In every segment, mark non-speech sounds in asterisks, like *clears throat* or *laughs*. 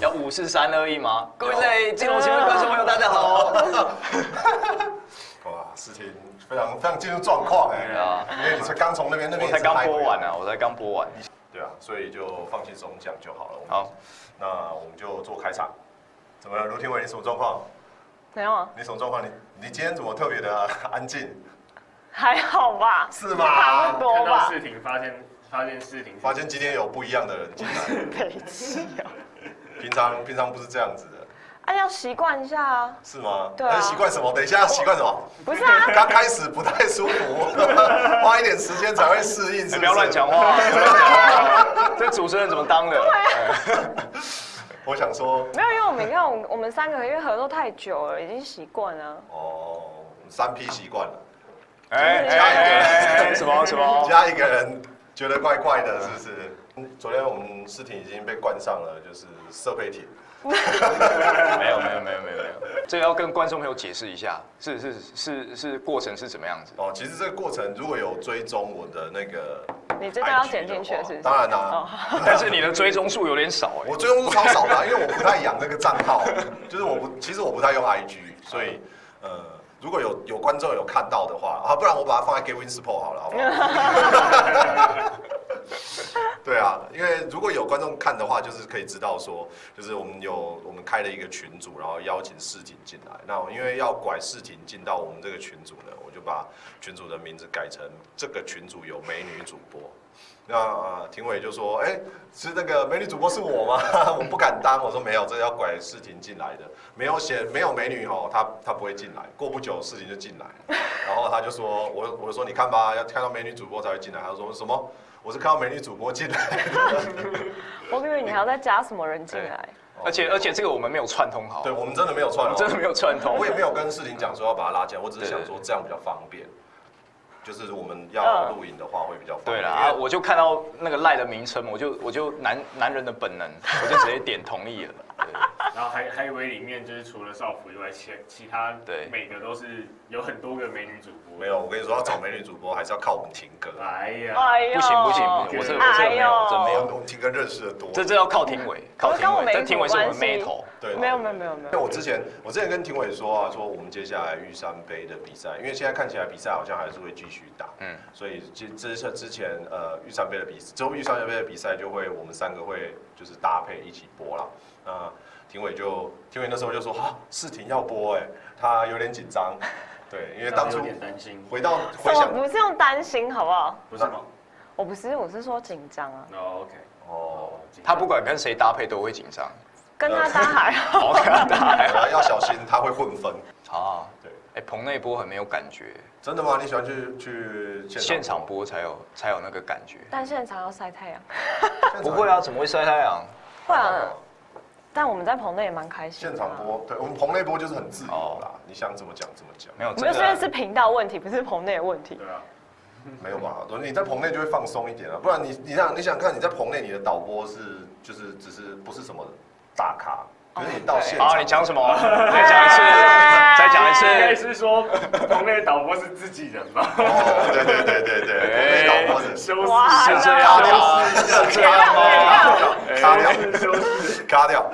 要五四三二一吗？各位在金融新闻的观众朋友，大家好。哇，事情非常非常进入状况哎，对啊因为你是刚从那边那我边才也是刚嗨播回来完啊，我才刚播完。对啊，所以就放轻松讲就好了。我们好，那我们就做开场。怎么了，卢廷伟？你什么状况？没有啊，你什么状况？你你今天怎么特别的安静？还好吧，是差 *laughs* 吗？不多看到吧，视频，发现发现视频，发现今天有不一样的人进来，北极哦。平常平常不是这样子的，哎，要习惯一下啊，是吗？对啊那习惯什么？等一下要习惯什么？不是啊，刚开始不太舒服， *laughs* 花一点时间才会适应。你是哎不要是乱讲。话，不要乱讲话。*laughs* 这主持人怎么当的？我想说，没有，因为我们你看，我们我们三个因为合作太久了，已经习惯了。哦，三 P 习惯了，哎哎哎哎哎，什么什么？加一个人觉得怪怪的，是不是？嗯昨天我们视频已经被关上了，就是设备艇。没有没有没有没有没有，这个要跟观众朋友解释一下，是是是是过程是怎么样 *laughs* 子？哦，其实这个过程如果有追踪我的那个 IG 的话，你这段要剪进去是不是？当然啦、哦，但是你的追踪数有点少哎我。追踪是超少的啊、因为我不太养那个账号，就是我不，其实我不太用 IG，所以呃，如果有有观众有看到的话啊，不然我把它放在 Gavin s p o r 好了，好不好？ *laughs* 对啊，因为如果有观众看的话，就是可以知道说，就是我们有我们开了一个群组，然后邀请市井进来。那我因为要拐市井进到我们这个群组呢，我就把群组的名字改成这个群组有美女主播。那呃庭伟就说：“哎、是那个美女主播是我吗？ *laughs* 我不敢当。”我说：“没有，这要拐事情进来的，没有写没有美女哦，她她不会进来。过不久事情就进来了。然后他就说：我我说你看吧，要看到美女主播才会进来。他说什么？我是看到美女主播进来。 *laughs* 我以为你还要再加什么人进来，而且而且这个我们没有串通好，哦对我我们真的没有串、哦，们真的没有串通我。也没有跟世林讲说要把他拉进来，我只是想说这样比较方便。就是我们要录影的话会比较方便。啊对啦，因为啊，我就看到那个赖的名称，我就我就男男人的本能，我就直接点同意了。然后还还以为里面就是除了少辅以外，其其他对每个都是有很多个美女主播。没有，啊我跟你说，要找美女主播还是要靠我们停 *laughs* 歌。啊哎呀，哎呦不行不行，我这我这哎没有，我这没没有，有，我们停歌认识的多。这这要靠庭委，靠哦跟我庭委，没这庭委是我们什么关系 metal。对，没有没有没有没因为有，哎我之前，我之前跟庭伟说啊，说我们接下来玉山杯的比赛，因为现在看起来比赛好像还是会继续打，嗯嗯，所以之之之前呃玉山杯的比，之后玉山杯的比赛就会我们三个会就是搭配一起播啦。那庭伟就庭伟那时候就说啊，世廷要播哎、他有点紧张，对，因为当初有点担心，回到什回么想不是用担心好不好？不是吗我不是，我是说紧张啊， ？No，OK。哦，哦，他不管跟谁搭配都会紧张，跟他搭啊还好，好跟他搭配。啊要小心他会混分，啊，对，哎，彭那波很没有感觉，真的吗？你喜欢去去现现场场播才有才有那个感觉。但现场要晒太阳，现场不会啊，怎么会晒太阳？会啊，但我们在棚内也蛮开心现的啊。场播，对我们棚内播就是很自由啦，你想怎么讲怎么讲，没有，我们真是因为的啊是频道问题，不是棚内的问题对。啊，没有吧？你在棚内就会放松一点啊，不然你你想你想看你在棚内你的导播是就是只是不是什么大咖，可是你到现场，啊，你讲什么？哎再讲一次，再讲一应该次。是说棚内导播是自己人吧？哦，对对对对对，棚内导播修是饰哇一是这下，样吗？哎是这样啊吗？卡哎掉是修饰。卡掉。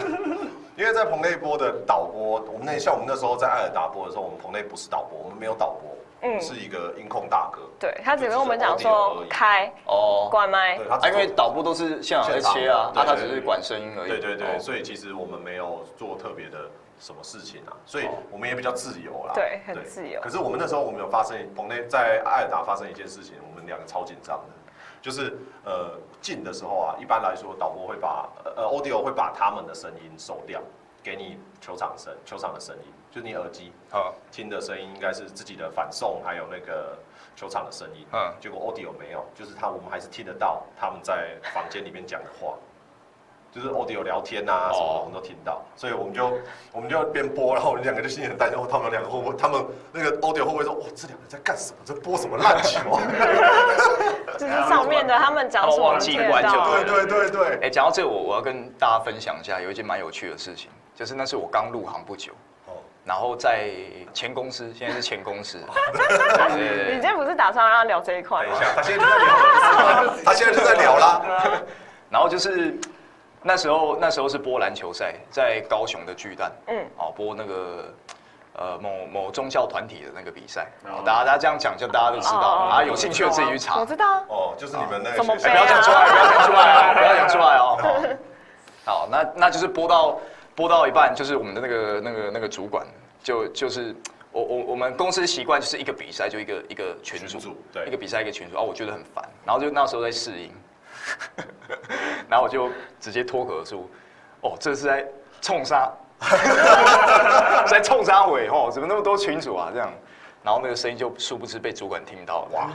因为在棚内播的导播，我们那像我们那时候在艾尔达播的时候，我们棚内不是导播，我们没有导播，嗯是一个音控大哥，对他只跟我们讲就说只是 audio 而已开哦，关麦对，，他只啊，因为导播都是现场在切啊，啊，他只是管声音而已。对对对，哦所以其实我们没有做特别的什么事情啊，所以哦我们也比较自由啦。对很自由可是我们那时候我们有发生棚内在艾尔达发生一件事情，我们两个超紧张的，就是呃进的时候啊，一般来说导播会把呃呃 audio 会把他们的声音收掉，给你球场声球场的声音，就是你耳机好，听的声音应该是自己的反送，还有那个球场的声音。嗯嗯，结果 audio 没有，就是他我们还是听得到他们在房间里面讲的话，就是 audio 聊天啊哦什么的，我们都听到，所以我们就我们就边播，然后我们两个就心里很担心，哦他们两个会不会，他们那个 audio 会不会说，哇，哦这两个在干什么？在播什么烂球？ *laughs* *laughs* 就是上面的他们讲什么我们听得哦他们忘记关就到 *laughs* 对对。对对对，哎，讲到这，我我要跟大家分享一下，有一件蛮有趣的事情，就是那是我刚入行不久，哦，然后在前公司，现在是前公司，对对你对今天不是打算让他聊这一块等一吗？ *laughs* 下，他现在就在聊了，他现在就在聊啦，然后就是那时候那时候是播篮球赛，在高雄的巨蛋，嗯，哦，播那个呃某某宗教团体的那个比赛，哦哦，大家大家这样讲就大家都知道哦啊，有兴趣的自己去查我，知道啊，哦，就是你们那个怎么学哎不校要背讲啊出来，不要讲出来哦，不要讲出来 *laughs* 哦。哦好，那那就是播到播到一半，就是我们的那个那个那个主管，就就是我我我们公司习惯就是一个比赛就一个一个群组，群组对一个比赛一个群组啊，我觉得很烦，然后就那时候在试音， *laughs* 然后我就直接脱口而出，哦，这是在冲杀， *laughs* 是在冲杀尾哦，怎么那么多群主啊这样。然后那个声音就殊不知被主管听到，哇，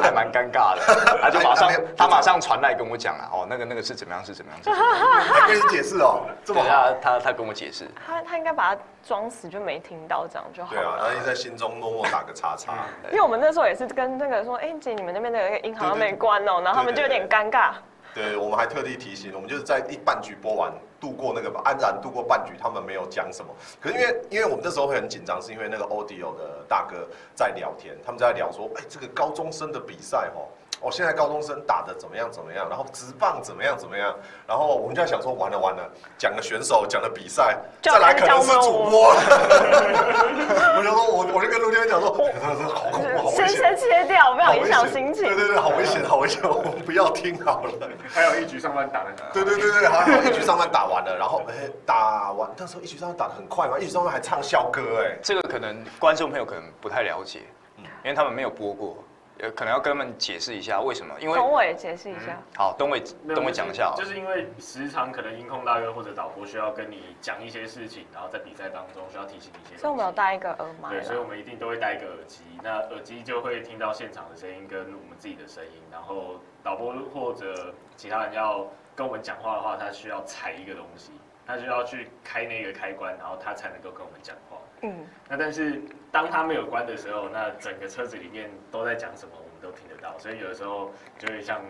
还蛮尴尬的。他就马上哎那边他马上传来跟我讲啊，哦，那个那个是怎么样是怎么样，是怎么样还跟你解释哦，这啊对么好。他他他跟我解释，他他应该把它装死就没听到这样就 *laughs* 好对啊，了。然后一直在心中默默打个叉叉。因为我们那时候也是跟那个说，哎、姐，你们那边的银行对对没关哦、然后他们就有点尴尬。对，我们还特地提醒，我们就是在一半局播完，度过那个吧，安然度过半局，他们没有讲什么。可是因为因为我们那时候会很紧张，是因为那个 audio 的大哥在聊天，他们在聊说，哎，这个高中生的比赛哦。哦，现在高中生打的怎么样怎么样，然后直棒怎么样怎么样，然后我们就在想说，完了完了，讲了选手，讲了比赛，教再来官可能是教我主播了。 *laughs* 我就说，我我就跟陆天讲说， *laughs* 好恐怖，好危先险。先切掉，不好要危影险响心情对。对对，好危险，好危险，我们不要听好了。还有一局上半打的，对对对对，好像一局上半打完了，然后哎、打完那时候一局上半打的很快嘛，一局上半还唱校歌哎、这个可能观众朋友可能不太了解，嗯因为他们没有播过，呃，可能要跟他们解释一下为什么，因为董伟解释一下，好，东伟没有东伟就是讲一下哦就，是因为时常可能音控大哥或者导播需要跟你讲一些事情，然后在比赛当中需要提醒你一些东西。所以我们有戴一个耳麦对，所以啦。我们一定都会戴一个耳机，那耳机就会听到现场的声音跟我们自己的声音，然后导播或者其他人要跟我们讲话的话，他需要踩一个东西，他就要去开那个开关，然后他才能够跟我们讲话。嗯，那但是当他没有关的时候，那整个车子里面都在讲什么，我们都听得到，所以有的时候就会像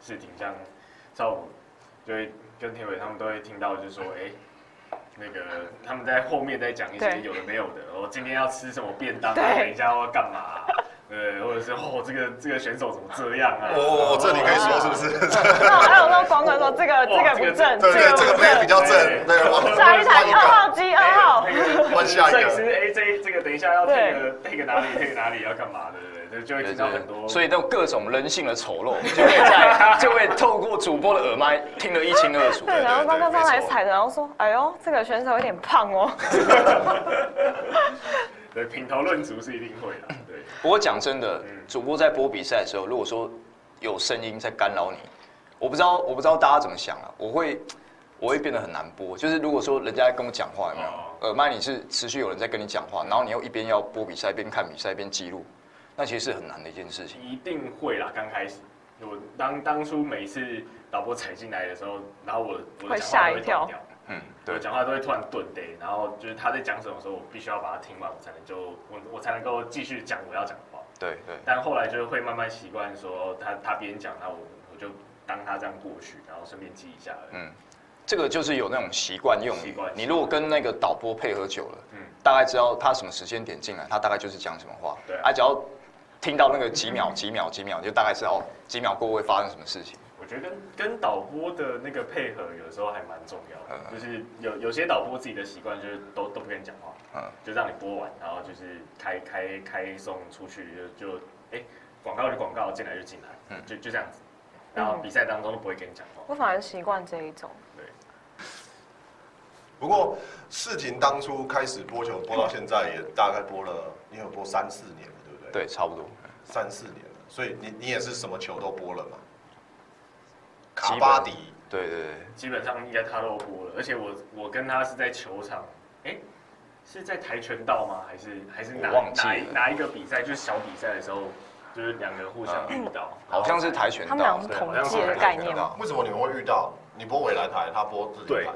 是挺像少武，就会跟田伟他们都会听到，就是说，哎、那个他们在后面在讲一些对有的没有的，我、今天要吃什么便当啊，对等一下要干嘛、啊，呃，或者是哦这个这个选手怎么这样啊？哦，这你可以说是不是？那还有那光棍说这个这个不正，对对，哦这个个不比比正。较正，对，我下一台二号机二号哎，那个换下一个摄影师哎，这这个等一下要配个配个哪里配个哪里要干嘛的，对不对？就就会听到很多，所以那种各种人性的丑陋，就会在就会透过主播的耳麦听得一清二楚。对，然后对对包括上没来错踩着，然后说：“哎呦，这个选手有点胖哦。 *laughs* 对，品头论足是一定会的，啊对，不过讲真的，主播在播比赛的时候，如果说有声音在干扰你，我不知道我不知道大家怎么想啊，我会我会变得很难播。就是如果说人家在跟我讲话，有没有？耳麦你是持续有人在跟你讲话，然后你又一边要播比赛，边看比赛边记录，那其实是很难的一件事情。 *laughs* 一定会啦。刚开始，我当当初每次导播踩进来的时候，然后我的我的讲话会吓都一会跳断掉，嗯，对，对我。讲话都会突然顿呆，然后就是他在讲什么时候，我必须要把它听完，我才能就我我才能够继续讲我要讲的话。对对，但后来就会慢慢习惯说他他边讲，然后我我就当他这样过去，然后顺便记一下而已。嗯，这个就是有那种习惯用习语惯。你如果跟那个导播配合久了，嗯大概知道他什么时间点进来，他大概就是讲什么话。对啊嗯啊，只要听到那个几秒、几秒、几秒，就大概知道哦几秒过后会发生什么事情。我觉得跟跟导播的那个配合，有时候还蛮重要嗯的。就是有有些导播自己的习惯就是都都不跟你讲话，嗯就让你播完，然后就是开开开送出去，就就哎广告就广告，进来就进来，嗯就就这样子。然后比赛当中都不会跟你讲”话，我反而习惯这一种。对，不过事情当初开始播球播到现在也大概播了，你有播三四年了，对不对？，对，差不多。三四年了，所以你你也是什么球都播了嘛？基卡本巴迪，对对对，基本上应该他都播了，而且我我跟他是在球场，哎、是在跆拳道吗？还是还是哪我忘记哪一了哪一个比赛？就是小比赛的时候，就是两个人互相遇到，嗯好像是跆拳他们俩道是。对同好像是届跆的拳概念道吗？为什么你们会遇到？你播未来台，他播自己对台，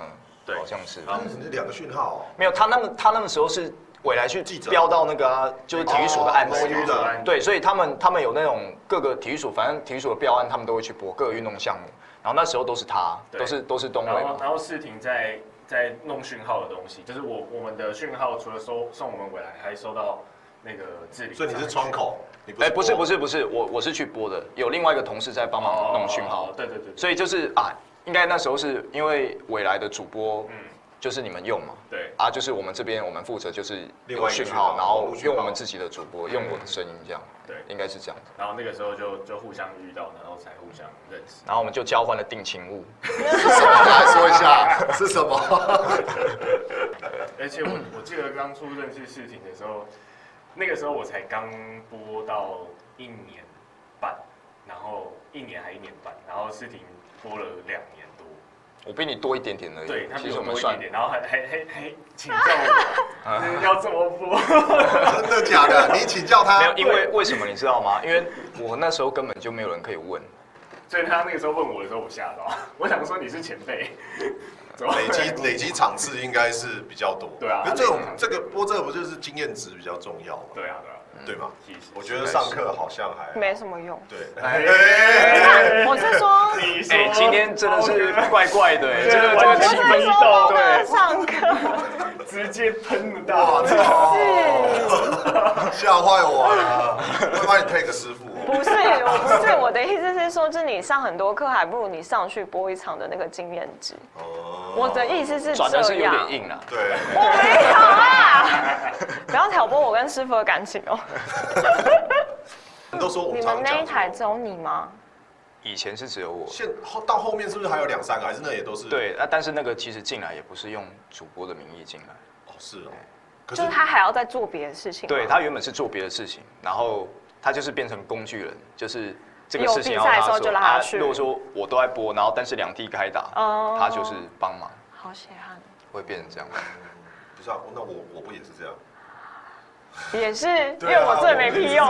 嗯，对好像是。好嗯这两个讯号哦、没有，他那个他那个时候是未来去记者标到那个啊，就是体育署的案哦子体。育的案子对，所以他们他们有那种各个体育署，反正体育署的标案，他们都会去播各个运动项目。然后那时候都是他，对都是都是东然伟嘛后，然后世廷在在弄讯号的东西，就是我我们的讯号除了收送我们回来，还收到那个治理。所以你是窗口，你不哎、不是播不，是不是，我我是去播的，有另外一个同事在帮忙弄讯号，哦对对对，所以就是啊，应该那时候是因为未来的主播嗯，就是你们用嘛，对，啊，就是我们这边我们负责就是另有外一个讯讯号，号然网后络讯用我号们自己的主播，用我的声音这样，对应该是这样的。然后那个时候就就互相遇到，然后才互相认识。然后我们就交换了定情物，什么？来说一下是什么？而且我我记得当初认识世婷的时候，那个时候我才刚播到一年半，然后一年还一年半，然后世婷播了两年多，我比你多一点点而已。对，她其比实我我多们一算点点，然后还还还还请教我，就是要这么播，真的假的？你请教没他有，。因为为什么你知道吗？因为我那时候根本就没有人可以问，所以他那个时候问我的时候，我吓到， *laughs* 我想说你是前 *laughs* 辈，怎么会累 *laughs* 积累积场次应该是比较多，对啊可是这种他累积场这个播这个不就是经验值比较重要嘛，对啊对啊，对吗？其实我觉得上课好像还没什么用。对，哎我是说，你说哎，今天真的是怪怪的，哎对这个这我个我就不气是是氛，说到播对到上课，直接喷得哇，到，这个吓坏我了，会帮你配个师傅哦。不是，我不是我的意思是说，就是你上很多课，还不如你上去播一场的那个经验值。哦我的意思是 *laughs* 转的这是有样，点硬啊。对，不要挑拨我跟师傅的感情哦。你都说我你常们常那一讲台只有你吗？ *laughs* 以前是只有我，现后到后面是不是还有两三个？还是那也都是？对啊，但是那个其实进来也不是用主播的名义进来，哦，是哦。可就是他还要再做别的事情吗。对他原本是做别的事情，然后他就是变成工具人，就是这个有事情比要赛的他时候做就让他啊去如果说我都在播，然后但是两地开打，哦他就是帮忙，好血汗，哦会变成这样。不是啊，那我我不也是这样？也是因对为啊我最没屁用，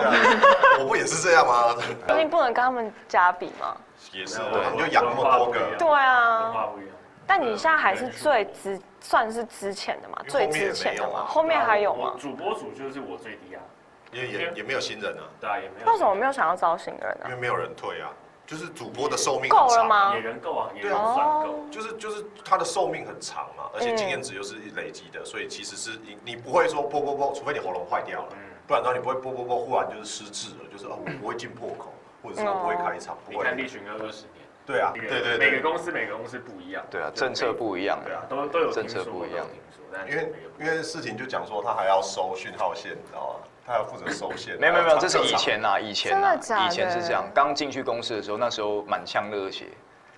我不也是这样吗？毕竟不能跟他们加比嘛。也是，哦对我们就养那么多个，对文啊，化不一样。但你现在还是最之算是之前的嘛，因为最后面也之前的没有嘛，啊后面还有吗我？主播组就是我最低啊，因为也也没有新人啊，对啊，也没有。为什么没有想要招新人因呢为？没有人退啊，就是主播的寿命够很了长？吗也？人够啊，也对人啊算够。哦就是就是他的寿命很长嗯嘛，而且经验值又是累积的，所以其实是你你不会说啵啵啵，除非你喉咙坏掉嗯了，不然的话你不会啵啵啵，忽然就是失智了，就是哦我不会进破口，或者是我不会开哦场，你不看利会，群哥二十年，对啊，每对个对每对个。公司每个公司不一样，对啊，政策不一样，对啊，都都有政听策说，不一样都有听说，但因是为每个不一因样为事情就讲说他还要收讯号线，你知道吗？他还要负责收线。没有没有没有，还这要是上以场前啊，以前真啊的假，的以前是这样。刚进去公司的时候，那时候满腔热血，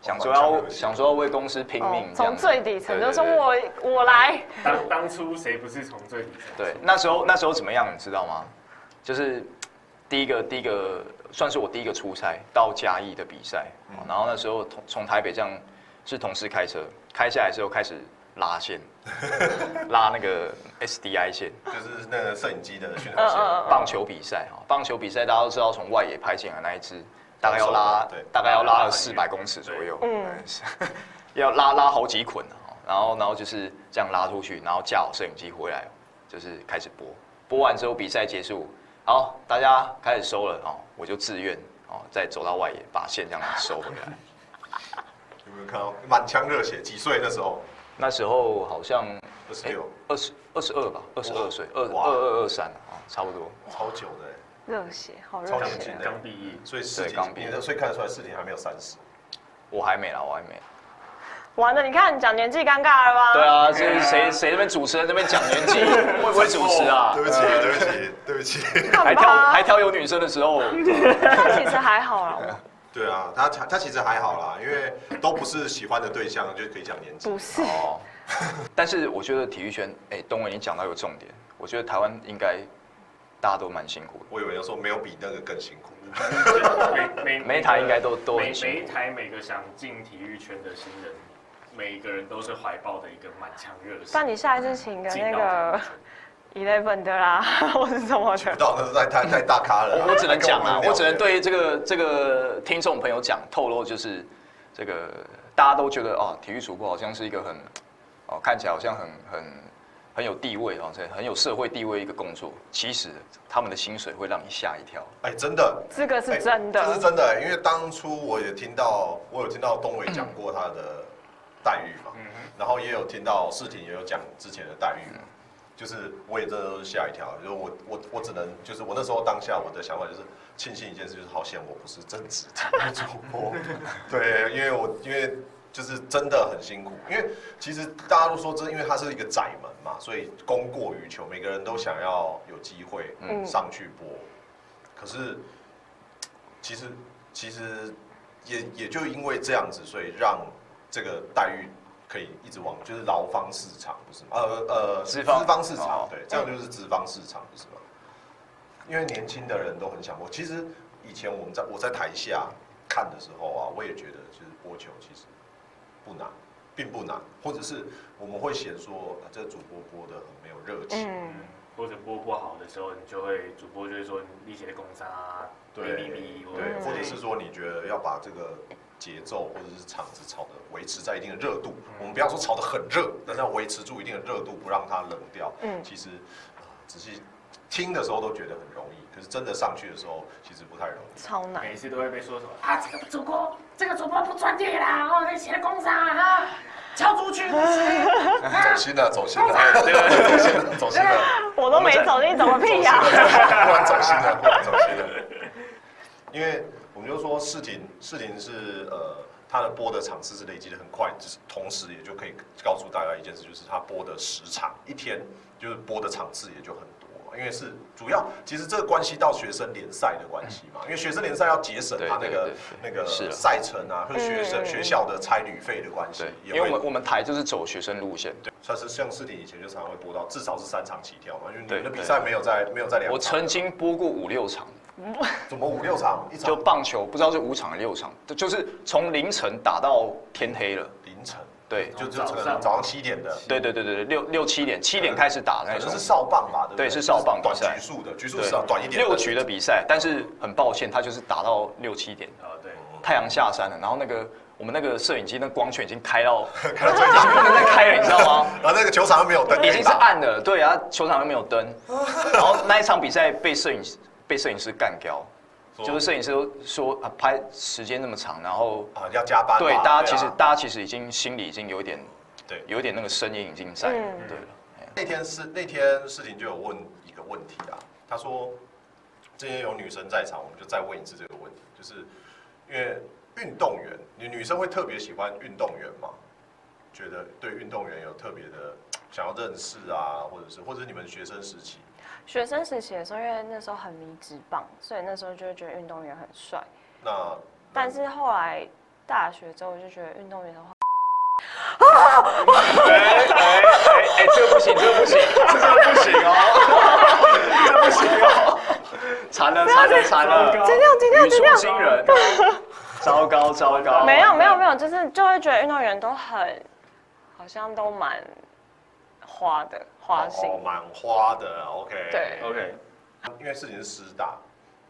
想说满腔要热血想说要为公司拼哦命，这样从子最底层对就对说对我我来，当当初谁不是从最底层？对，那时候那时候怎么样，你知道吗？就是第一个第一个算是我第一个出差到嘉义的比赛，哦然后那时候从从台北这样是同事开车开下来之后开始拉线，拉那个 SDI 线，就是那个摄影机的讯号嗯嗯线，嗯棒球比赛哈，棒球比赛大家都知道从外野拍进来那一支，大概要拉对大概要拉了四百公尺左右，嗯嗯，是要拉拉好几捆啊哦然后然后就是这样拉出去，然后架好摄影机回来，就是开始播，播完之后比赛结束，好，大家开始收了哦，我就自愿哦再走到外野把线这样收回来。嗯有没有看到满腔热血？几岁那时候？那时候好像二十六，二十二十二吧，二十二岁，二哇二二二三啊，哦差不多。超久的欸。热血，好超热年血轻啊。的刚毕业，所以事对情刚，毕你业的所以看得出来事情还没有三十。我还没啦，我还没。完了，你看讲年纪尴尬了吧？对啊，就是 *laughs* 谁谁那边主持人那边讲年纪， *laughs* 会不会主持啊？对不起，对不起，对不起。干嘛，还挑还挑有女生的时候，但其实还 *laughs* 好啦， *laughs* 对啊，他他其实还好啦，因为都不是喜欢的对象，就可以讲年纪。不是哦。 *laughs* 但是我觉得体育圈，哎，东伟你讲到一个重点，我觉得台湾应该大家都蛮辛苦的。我以为要说没有比那个更辛苦的。每每每一台应该都都每很辛苦每一台每个想进体育圈的新人，每一个人都是怀抱的一个满腔热血但。你下一次请个那进到个 Eleven 的啦， *laughs* 或是什么不的，到那是太太太大咖了啦。我我只能讲啊，跟我们聊只能对这个这个听众朋友讲透露，就是这个大家都觉得哦，体育主播好像是一个很哦看起来好像很很很有地位哦，这很有社会地位一个工作，其实他们的薪水会让你吓一跳。哎，真的这个是真哎这是的。真的、因为当初我也听到，我有听到东伟讲过他的待遇嗯嘛，然后也有听到世婷也有讲之前的待遇嗯嘛，就是我也真的吓一跳，就是我我我只能就是我那时候当下我的想法就是庆幸一件事，就是好险我不是正职体育主播，对，因为我因为就是真的很辛苦，因为其实大家都说，这因为它是一个窄门嘛，所以供过于求，每个人都想要有机会嗯上去播。可是，其实其实也也就因为这样子，所以让这个待遇可以一直往就是劳方市场不是吗？呃呃，资方市哦场对，这样就是资方市场不是吗？因为年轻的人都很想播，其实以前我们在我在台下看的时候啊，我也觉得就是播球其实不难，并不难，或者是我们会嫌说、啊、这主播播的很没有热情，嗯，或者播不好的时候，你就会主播就会说你写的工伤啊，哔对哔哔，或对，者或者是说你觉得要把这个节奏或者是场子炒的维持在一定的热度，我们不要说炒的很热，但是要维持住一定的热度，不让它冷掉。嗯其实啊仔细听的时候都觉得很容易，可是真的上去的时候其实不太容易。超难每。次都会被说什么啊，啊，这个主播，这个主播不专业啦，哦，那写的工伤啊，敲出去不行，走心了，走心了，对 *laughs* 走心了，走心了， *laughs* 我都没走进，你怎啊么走屁心呀、了，忽然走心了，忽然走心了。因为我们就说事情，事情是呃，它的播的场次是累积的很快，就是同时也就可以告诉大家一件事，就是它播的时长一天就是播的场次也就很多嘛，因为是主要其实这个关系到学生联赛的关系嘛，因为学生联赛要节省对它那个对对那对个是啊赛程啊，和学嗯生学校的差旅费的关系对，，因也为我会们我们台就是走学生路线，算是像事情以前就常常会播到至少是三场起跳嘛，因为你对们的比赛没有在没有在两场，我曾经播过五六场，怎么五六场一场就棒球不知道是五场还是六场，就就是从凌晨打到天黑了，凌晨，对就就早可能上早上七点的，对对对对对，六六七点七点开始打那嗯可种能是，少棒吧，对不哎对是少棒比短赛局数的，局数对是少短一点的，六局的比赛，但是很抱歉，他就是打到六七点，哦对，嗯太阳下山了，然后那个我们那个摄影机那光圈已经开 *laughs* 到已经不能再开了，你知道吗？然后那个球场又没有灯，已经是打暗的，对啊，球场又没有 *laughs* 灯，然后那一场比赛被摄影师被摄影师干掉，说就是摄影师都说啊拍时间那么长，然后啊要加班嘛，对大家其实、啊大家其实已经心里已经有一点对有一点那个声音已经在了，嗯对了，那天是那天事情就有问一个问题啊，他说今天有女生在场，我们就再问一次这个问题，就是因为运动员，你女生会特别喜欢运动员吗？觉得对运动员有特别的想要认识啊，或者是或者是你们学生时期，学生时期的时候，因为那时候很迷直棒，所以那时候就会觉得运动员很帅。那但是后来大学之后，我就觉得运动员的话，哎哎哎，这个不行，这个不 *laughs* 行，这个不行哦， *laughs* 这不行哦，惨了惨了惨了，尽量尽量语出尽量惊人，糟糕糟糕，没有没有没有，就是就会觉得运动员都很，好像都蛮花的花心。哦，蛮花的，OK，对 OK，因为事情是师大，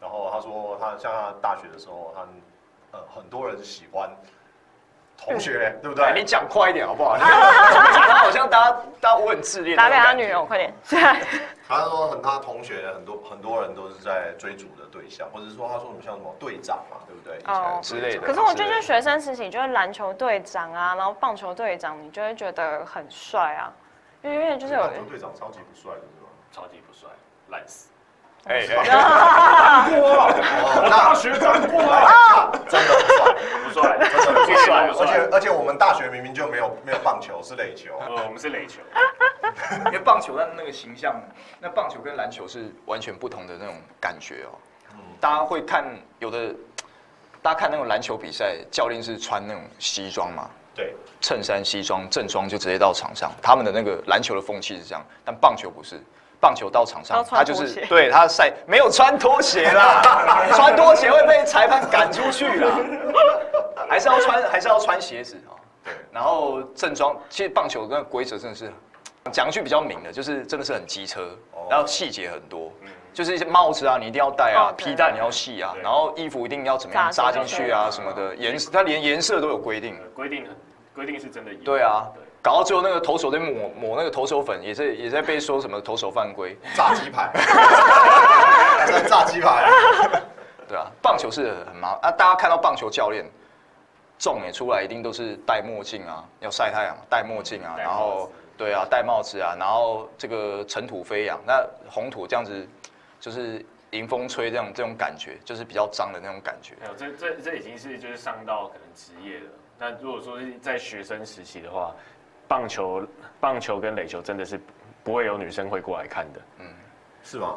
然后他说他像他大学的时候，他呃很多人喜欢同学，嗯对不哎你对？讲快一点好 *laughs* 不好？你讲得好像大家大家我很自恋的打那种感觉，给他女友，快点！现在他说很他同学很多很多人都是在追逐的对象，或者是说他说我们像什么队长嘛，对不对？以前哦之类的 *laughs* 可是我是觉得学生时期，就是篮球队长啊，然后棒球队长，你就会觉得很帅啊，因为因为就是有棒哦球队长超级不帅的是吗？超级不帅，烂死，哎 *laughs* *laughs* 哎，啊哦，大学当过啊，真的不帅。不帅，真 *laughs* 的不不帅，不帅而且，而且我们大学明明就没有没有棒球，是垒球。呃，我们是垒球，因为棒球它那个形象，那棒球跟篮球是完全不同的那种感觉哦。嗯大家会看有的，大家看那种篮球比赛，教练是穿那种西装嘛，对，衬衫、西装、正装就直接到场上。他们的那个篮球的风气是这样，但棒球不是。棒球到场上要，穿他就拖是鞋对他赛没有穿拖鞋啦， *laughs* 穿拖鞋会被裁判赶出去啦，还是要穿还是要穿鞋子啊、对然后正装，其实棒球那个规则真的是讲一句比较明的，就是真的是很机车哦，然后细节很多，就是一些帽子啊，你一定要戴啊哦，对皮带你要系啊，对然后衣服一定要怎么样扎扎进进去去啊什么的，颜色它连颜色都有规定。呃规定很规定是真的有，对啊对，搞到最后那个投手在抹抹那个投手粉，也是也在被说什么投手犯规，炸鸡 *laughs* 排， *laughs* 在炸鸡排。对啊，棒球是很麻啊，大家看到棒球教练。重也出来一定都是戴墨镜啊，要晒太阳，戴墨镜啊，嗯戴然帽子后对啊，戴帽子啊，然后这个尘土飞扬，那红土这样子就是迎风吹这样这种感觉，就是比较脏的那种感觉。没有，这这这已经是就是上到可能职业了，那如果说是在学生时期的话，棒球、棒球跟垒球真的是不会有女生会过来看的。是吗？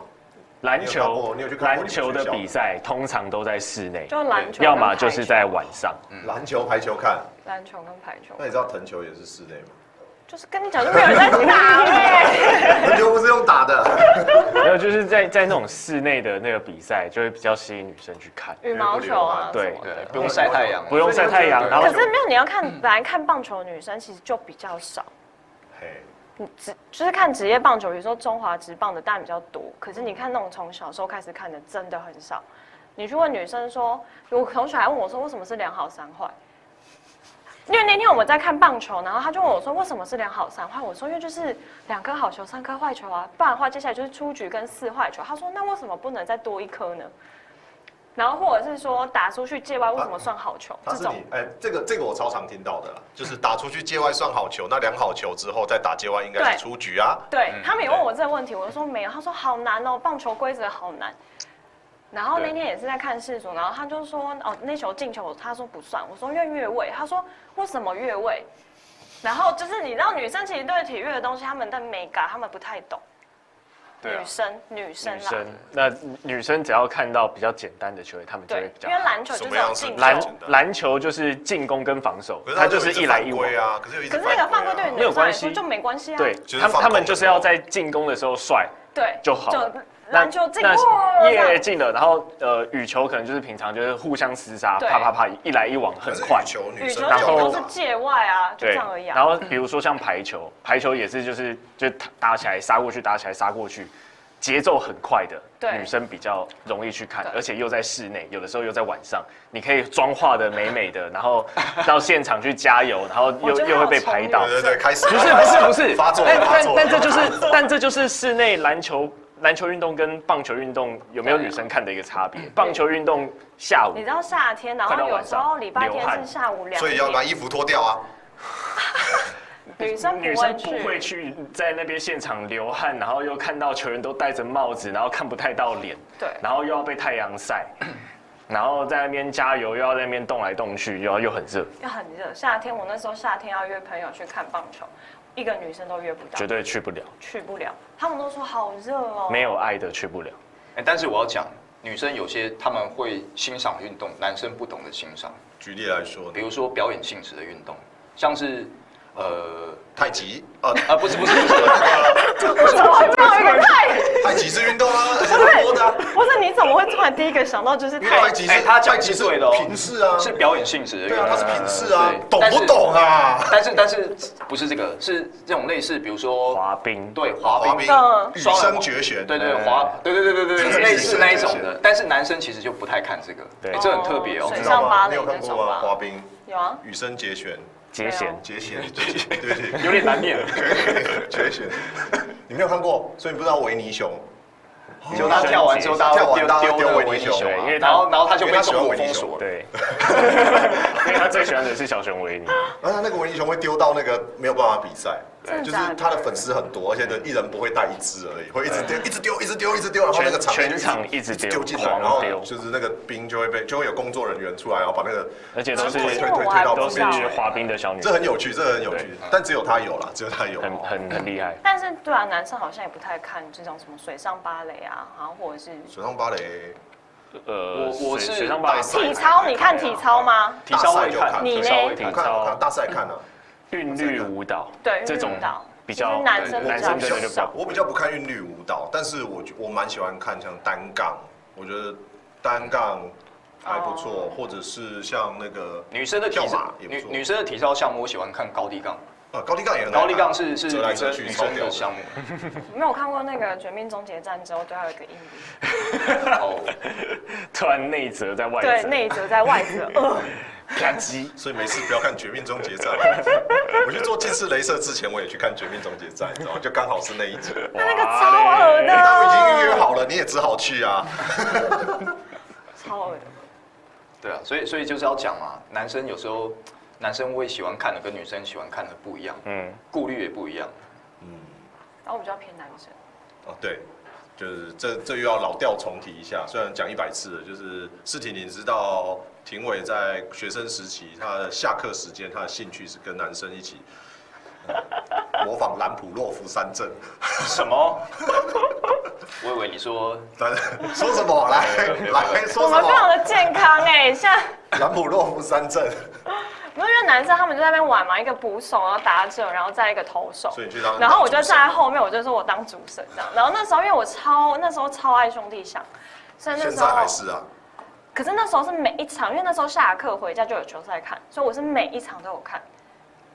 篮你有看过球你有去看过你篮们球学的校比赛通常都在室内，就篮球，要么就是在晚上。篮球、排球看，篮球跟排球那，你知道藤球也是室内吗？就是跟你讲就没有人在打欸呗。藤球不是用打的，没有，就是在在那种室内的那个比赛，就会比较吸引女生去看， *laughs* 羽毛球啊，对什么对的，不用晒太阳，不用晒太阳，啊对然后可是没有，你要看本来看棒球的女生其实就比较少，嘿，你只就是看职业棒球，比如说中华职棒的当然比较多，可是你看那种从小时候开始看的真的很少。你去问女生说，有同学还问我说为什么是两好三坏？因为那天我们在看棒球，然后他就问我说为什么是两好三坏？我说因为就是两颗好球三颗坏球啊，不然的话接下来就是出局跟四坏球。他说那为什么不能再多一颗呢？然后或者是说打出去界外为什么算好球？他这是种你哎，这个这个我超常听到的啦，就是打出去界外算好球，那两好球之后再打界外应该是出局啊。对嗯他们也问我这个问题，我就说没有，他说好难哦，棒球规则好难。然后那对天也是在看世足，然后他就说哦，那球进球，他说不算，我说越越位，他说为什么越位？然后就是你知道女生其实对体育的东西，她们的美感她们不太懂，对啊女，生女生女啦，生，那女生只要看到比较简单的球类，她们就会对比，较因为篮球什就么是有样是进球，篮比较简单篮球就是进攻跟防守可，是它他就是一来一往归。啊，可是有一直可是那个犯规对啊于没有女生关来说系就没关系啊，对就是他放们，空他们就是要的时候在进攻的时候帅，对就好就那篮球进那哇这耶样进了，然后呃羽球可能就是平常就是互相厮杀，对啪啪啪，一来一往很可是快羽。球女羽生球然后就都是界外啊，就这对样而已，啊。嗯然后比如说像排球，排球也是就是就打起来杀过去，打起来杀过去，节奏很快的，对女生比较容易去看对，而且又在室内，有的时候又在晚上，你可以妆化的美美的，然后到现场去加油，然后我又觉得又会被好拍 *laughs* 丑到对，对对，开始不是不是不是， *laughs* 发作了但发作但但了这就是但这就是室内篮球篮球运动跟棒球运动有没有女生看的一个差别。棒球运动下午你知道夏天，然后快到有晚时上候礼拜天流是汗下午两所以要把点，衣服脱掉啊。女生女不生会不会去。去在那边现场流汗，然后又看到球员都戴着帽子，然后看不太到脸，对然后又要被太阳晒， *clears throat* 然后在那边加油，又要在那边动来动去，又要又很热，要很热，夏天我那时候夏天要约朋友去看棒球，一个女生都约不到绝，对去不了，去不了。他们都说好热哦。没有爱的去不了。哎但是我要讲，女生有些他们会欣赏运动，男生不懂得欣赏，举例来说呢比，如说表演性质的运动，像是呃太极啊，啊不是不是不是，这样有点太，太极是运动啊，而且是多的啊。不是你怎么会突然第一个想到就是因为 *laughs* 太太？极哎是他讲太极是对的哦平视啊，是表演性质的运对动，啊，他是平视啊对，懂不？懂啊？但是但是但是不是这个，是这种类似，比如说滑冰，哎对滑冰，冰，嗯羽双人生绝弦，对对滑，对对对对对，类似那一种是是的。但是男生其实就不太看这个，对啊哎这很特别哦哦。你水知道上吗？芭你蕾有看过吗？那种吧滑冰，有啊，羽生结弦，节没弦有结弦，对对 *laughs* 对，有点难 *laughs* 念，绝弦，你没有看过，所以你不知道维尼熊，就他跳完之后，大家会大家丢会丢丢维维尼尼熊熊对因啊，为他然后然后他就因为被他喜欢中国维尼封熊锁了。 *laughs* 对，因为他最喜欢的是小熊维尼。而且那个维尼熊会丢到那个没有办法比赛。真的就是假的他的粉丝很多，而且呢，一人不会带一只而已，会一直丢，一直丢，一直丢，一直丢，然后那个场面就全场一直丢丢进来，狂然后丢就是那个兵就会被，就会有工作人员出来，然后把那个而且都是推推这推个我推还到不都旁是边去。滑冰的小女这生，很有趣，这很有趣对，但只有他有啦，只有他有。很很很厉害。但是对啊，男生好像也不太看这种什么水上芭蕾啊，然后或者是水上芭蕾呃，我我水是水上芭大蕾三体操，你看体操吗？体操大赛会就看，看体你操嘞会看我看，我看大赛看啊，韵律舞蹈，对这种韵律舞蹈比较就是男生对比男较生真的就比较少。我比较不看韵律舞蹈，但是我觉我蛮喜欢看像单杠，我觉得单杠还不错，或者是像那个女生的体跳马操，也不女错，女生的体操项目，我喜欢看高低杠。呃高低杠也很好啊高低看杠是是折来女折生去女超生屌的项目。没有看过那个《绝命终结战》之后，对他有一个阴影。哦， *laughs* 突然内折在外折，对，内折在外折。 *laughs* 呃啪 *laughs* 叽，所以没事不要看《绝命终结战》。 *laughs* 我去做近视雷射之前，我也去看《绝命终结战》，你知道吗？就刚好是那一集。那那个啊超恶的，他们已经预约好了，你也只好去啊。超恶的。对啊，所以所以就是要讲嘛，男生有时候男生会喜欢看的跟女生喜欢看的不一样，嗯，顾虑也 *laughs* 不一样。然后我比较偏男生，哦，对，就是这这又要老调重提一下，虽然讲一百次了，就是事情你知道庭伟在学生时期，他的下课时间，他的兴趣是跟男生一起、呃 *laughs* 模仿兰普洛夫三阵。什么？ *laughs* 我以为你说来说什么？来来我说什们非常么？的健康哎、现在兰普洛夫三阵。不是因为男生他们就在那边玩嘛，一个捕手，然后打者，然后再一个投手所。以你去当。然后我就站在后面，我就说我当主审这样。然后那时候因为我超那时候超爱兄弟象，所以那现时在候还是啊，可是那时候是每一场，因为那时候下课回家就有球赛看，所以我是每一场都有看。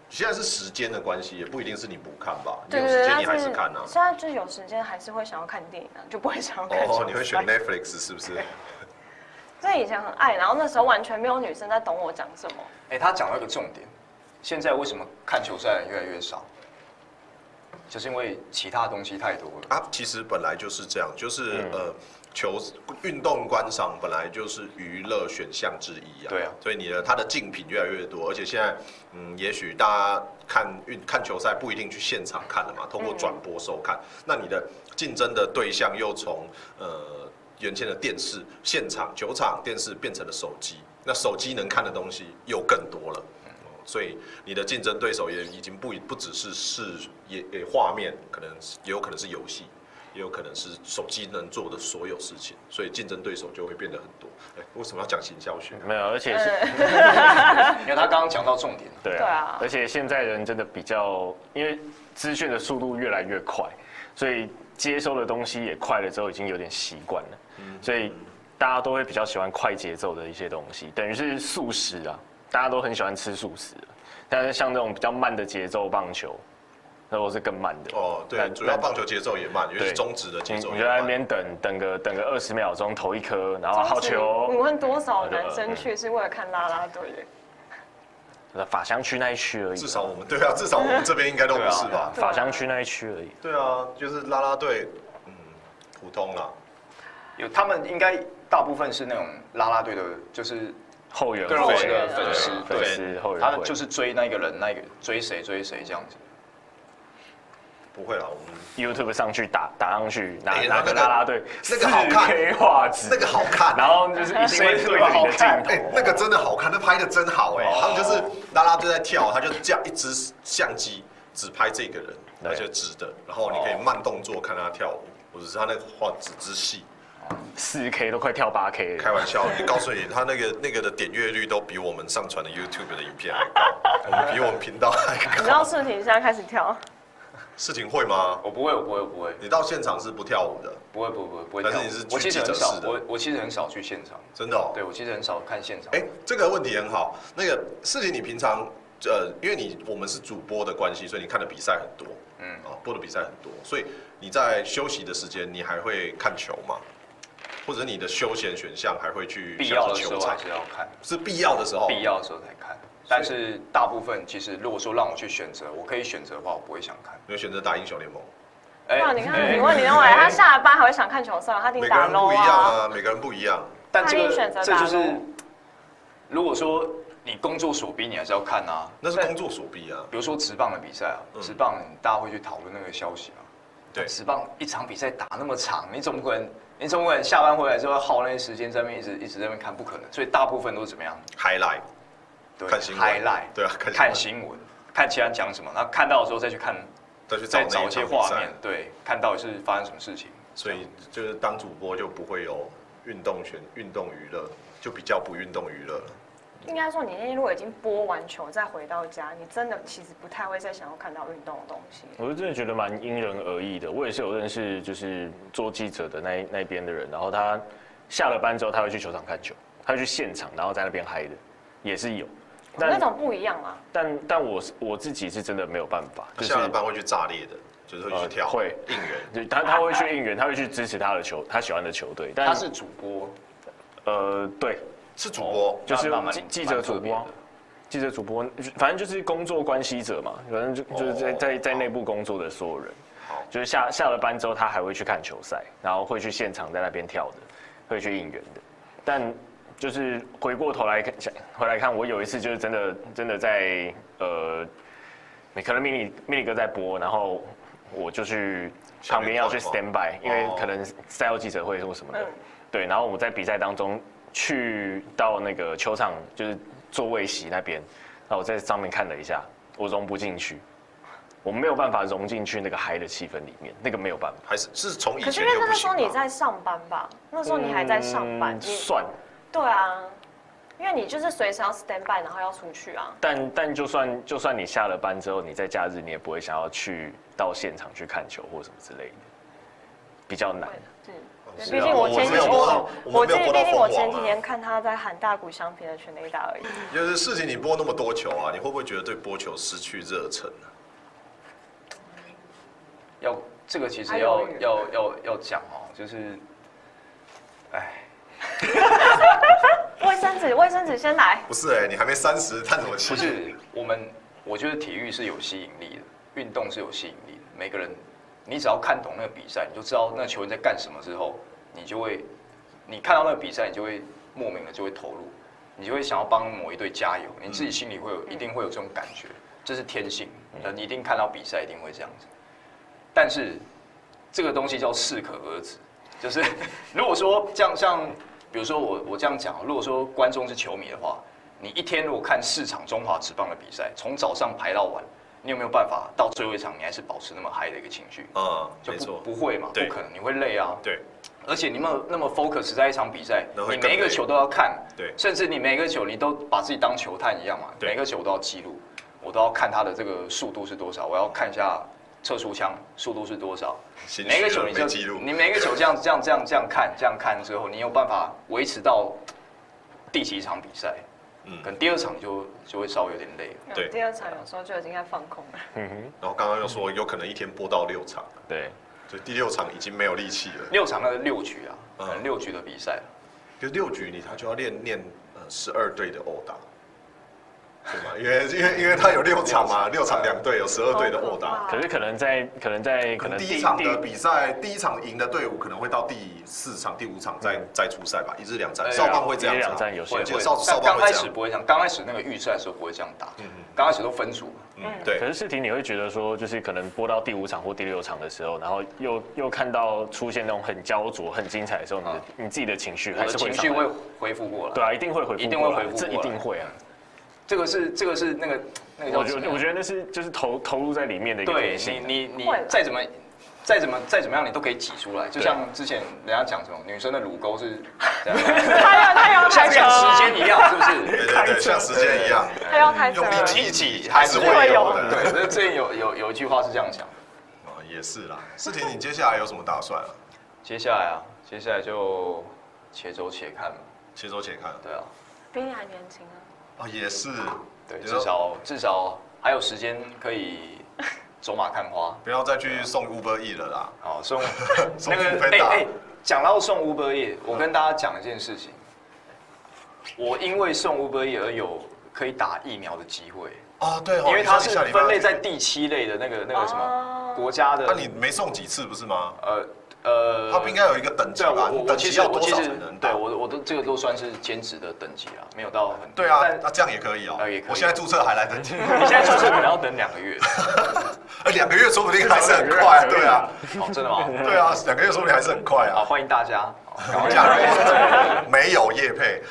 现在是时间的关系，也不一定是你不看吧？你对有对时对，间但你还是看啊。现在就是有时间还是会想要看电影啊，就不会想要看球哦，赛。你会选 Netflix 是不是？所以以前很爱，然后那时候完全没有女生在懂我讲什么。哎、他讲到一个重点，现在为什么看球赛的人越来越少？就是因为其他东西太多了。啊，其实本来就是这样，就是、嗯呃，球运动观赏本来就是娱乐选项之一啊。对啊所以你的它的竞品越来越多，而且现在嗯，也许大家看运看球赛不一定去现场看了嘛，通过转播收看，嗯那你的竞争的对象又从呃原先的电视、现场、球场、电视变成了手机，那手机能看的东西又更多了。所以你的竞争对手也已经不不只是视也也画面，可能是也有可能是游戏，也有可能是手机能做的所有事情，所以竞争对手就会变得很多。哎、为什么要讲行销学？没有，而且是啊因为他刚刚讲到重点，对嗯对啊啊，而且现在人真的比较，因为资讯的速度越来越快，所以接收的东西也快了之后，已经有点习惯了，所以大家都会比较喜欢快节奏的一些东西，等于是素食啊，大家都很喜欢吃素食，但是像这种比较慢的节奏棒球，那我是更慢的。哦，对，但主要棒球节奏也慢，尤其对是中职的节你奏你也就在那慢。边等等个等个二十秒钟投一颗，哦然后好球，哦你问多少男生去是为了看啦啦队的？法香区那一区而已，至少我们对 *laughs* 啊，至少我们这边应该都不是吧？法香区那一区而已。对啊，就是啦啦队，嗯，普通啦。有他们应该大部分是那种啦啦队的，就是后援个人会的援粉丝，粉对，丝后援他们会，就是追那个人，那个追谁追谁这样子。不会啦，我们 *laughs* YouTube 上去打打上去，拿哎拿那个个啦啦队，那个好看 K 画质，那个好看啊然后就是一定会对着你的镜哎、头，那个真的好看，那拍的真好哎、哦他们就是拉拉队在跳，他就这样一支相机只拍这个人，对而且直的，然后你可以慢动作看他跳舞，或者是他那个画质之细。四 K 都快跳八 K 开了。玩笑，你告诉你，他那个那个的点阅率都比我们上传的 YouTube 的影片还高，我们比我们频道还你知高。道视频现在开始跳， *laughs* 事情会 *laughs* 吗？我不会，我不会，我不会，你到现场是不跳舞的，不会，不会，不会。但是你是我其实很去记者少室，的我我其实很少去现场，真的、哦。对我其实很少看现场。哎、这个问题很好。那个事情你平常呃，因为你我们是主播的关系，所以你看的比赛很多，嗯嗯，啊，播的比赛很多，所以你在休息的时间，你还会看球吗？或者你的休闲选项还会去必要的像是时球候场哦还？是要看。是必要的时候，必要的时候才看。但是大部分其实，如果说让我去选择，我可以选择的话，我不会想看。你会选择打英雄联盟。哎哇！你看，哎你问你认为哎他下了班还会想看球赛吗，他一每个定打人不 low 一样啊。啊，每个人不一样。但这他一定选择个打这就是撸，如果说你工作所逼，你还是要看啊。那是但工作所逼啊。比如说职棒的比赛啊嗯，职棒大家会去讨论那个消息啊。对职棒一场比赛打那么长，你总不可能，你总不可能下班回来之后耗那些时间在那边一直一直在那边看，不可能。所以大部分都是怎么样？还来对看新闻 highlight，对啊看新闻看新闻，看其他人讲什么，那看到的时候再去看，再去找再那找一一些场比画赛面，，对，看到底是发生什么事情。所以就是当主播就不会有运动选运动娱乐，就比较不运动娱乐了。应该说，你那天如果已经播完球再回到家，你真的其实不太会再想要看到运动的东西。我是真的觉得蛮因人而异的。我也是有认识，就是做记者的那那边的人，然后他下了班之后，他会去球场看球，他会去现场，然后在那边嗨的，也是有。那但种不一样啊，但但我是我自己是真的没有办法，就是下了班会去炸裂的，就是会去跳，呃会应援。就他他会去应援，他会去支持他的球，他喜欢的球队。但他是主播，呃对，是哦主播，就是那那蛮记记者主播蛮特别的记者主播，反正就是工作关系者嘛，反正就哦就是在在在内部工作的所有人，就是下下了班之后，他还会去看球赛，然后会去现场在那边跳的，会去应援的。但就是回过头来看，想回来看，我有一次就是真的真的在呃，可能 mini mini 哥在播，然后我就去旁边要去下面 stand by，因为哦可能赛后记者会或什么的嗯，对。然后我在比赛当中去到那个球场，就是座位席那边，那我在上面看了一下，我融不进去，我没有办法融进去那个嗨的气氛里面，那个没有办法。还是是从以可前是因为就那不个时行候你吗在上班吧？那时候你还在上班，嗯你算，对啊，因为你就是随时要 stand by，然后要出去啊。但但就算就算你下了班之后，你在假日你也不会想要去到现场去看球或什么之类的，比较难。对，是啊毕竟我我前几没有天，播到我我没记有播得毕到竟我凤凰前几啊天看他在喊大谷翔平的全垒打而已。就是事情你播那么多球啊，你会不会觉得对播球失去热忱啊呢、要这个其还实要有要要要讲哦，就是，哎，卫生纸，卫生纸先来。不是哎、你还没三十，叹什么气？不是我们，我觉得体育是有吸引力的，运动是有吸引力的。每个人，你只要看懂那个比赛，你就知道那个球员在干什么之后，你就会，你看到那个比赛，你就会莫名的就会投入，你就会想要帮某一队加油，你自己心里会有一定会有这种感觉，这是天性，那你一定看到比赛一定会这样子。但是这个东西叫适可而止，就是 *laughs* 如果说像像比如说我我这样讲，啊如果说观众是球迷的话，你一天如果看四场中华职棒的比赛，从早上排到晚，你有没有办法到最后一场你还是保持那么嗨的一个情绪？ *laughs* 嗯，就没错，不不会嘛，不对可能，你会累啊。对，而且你那么那么 focus 在一场比赛那，会你更每一个累球都要看，对甚至你每一个球你都把自己当球探一样嘛，对每一个球都要记录，我都要看他的这个速度是多少，我要看一下测速枪速度是多少，心虚每一个球了你就没记录你每一个球这样这样这样这样看这样看之后，你有办法维持到第几场比赛？嗯可能第二场就就会稍微有点累了。对第二场有时候就已经在放空了。嗯哼，然后刚刚又说有可能一天播到六场，对，所以第六场已经没有力气了。六场那是六局啊，嗯可能六局的比赛，就六局你他就要练练呃十二队的殴打，对吗？因为因 *laughs* 为因为他有六场嘛，六场两队有十二队的殴打。好可是可能在可能在可可能能第一场的比赛，第一场赢的队伍可能会到第四场、第五场再再出赛吧，一日两战，对啊少棒会这样一日子啊。两战有些我会记得会少少但棒刚会开这始样。不会这样，刚开始那个预赛的时候不会这样打，嗯刚开始都分组嘛。嗯，可对，是世婷，你会觉得说，就是可能播到第五场或第六场的时候，然后又又看到出现那种很焦灼、很精彩的时候，你的、啊你自己的情绪我还的是会情上绪来会恢复过来。对啊，一定会回复过来，一定会回复过这来一定会啊。这个是这个是那个那个叫我什觉么得呀？我觉得那是就是投投入在里面的一个对天性啊。你你你会啦再怎么再怎么再怎么样，你都可以挤出来。就像之前人家讲什么女生的乳沟 *laughs* 是这样他要他要像开车赶时间啊，一样，是不对是？对对，像时间一样，他要开车用啊。力挤一挤还是会有的。对，所以最近有有有一句话是这样讲。哦，也是啦。世婷，你接下来有什么打算啊？接下来啊，接下来就且走且看嘛。且走且看。对啊，比你还年轻啊。哦，也是。对，你至说少至少还有时间可以走马看 *laughs* 花。不要再去送 Uber E 了啦。哦，送送那个哎飞打哎，讲、到送 Uber E，我跟大家讲一件事情，我因为送 Uber E 而有可以打疫苗的机会，哦，对哦，因为它是你说你下礼拜分类在第七类的那个那个什么哦国家的那你没送几次不是吗？呃呃，它不应该有一个等级对啊，吧？我你我等其级实要我多其少实才能打？对我我的这个都算是兼职的等级啊，没有到很对啊但，那这样也可以哦呃也可以。我现在注册还来得 *laughs* 及，哎你现在注册可能要等两个月，呃两个月说不定还是很快。对啊，哦，真的 *laughs* 吗？对啊，两个月说不定还是很快好，啊。欢迎大家，然后价格没有 *laughs* 业配，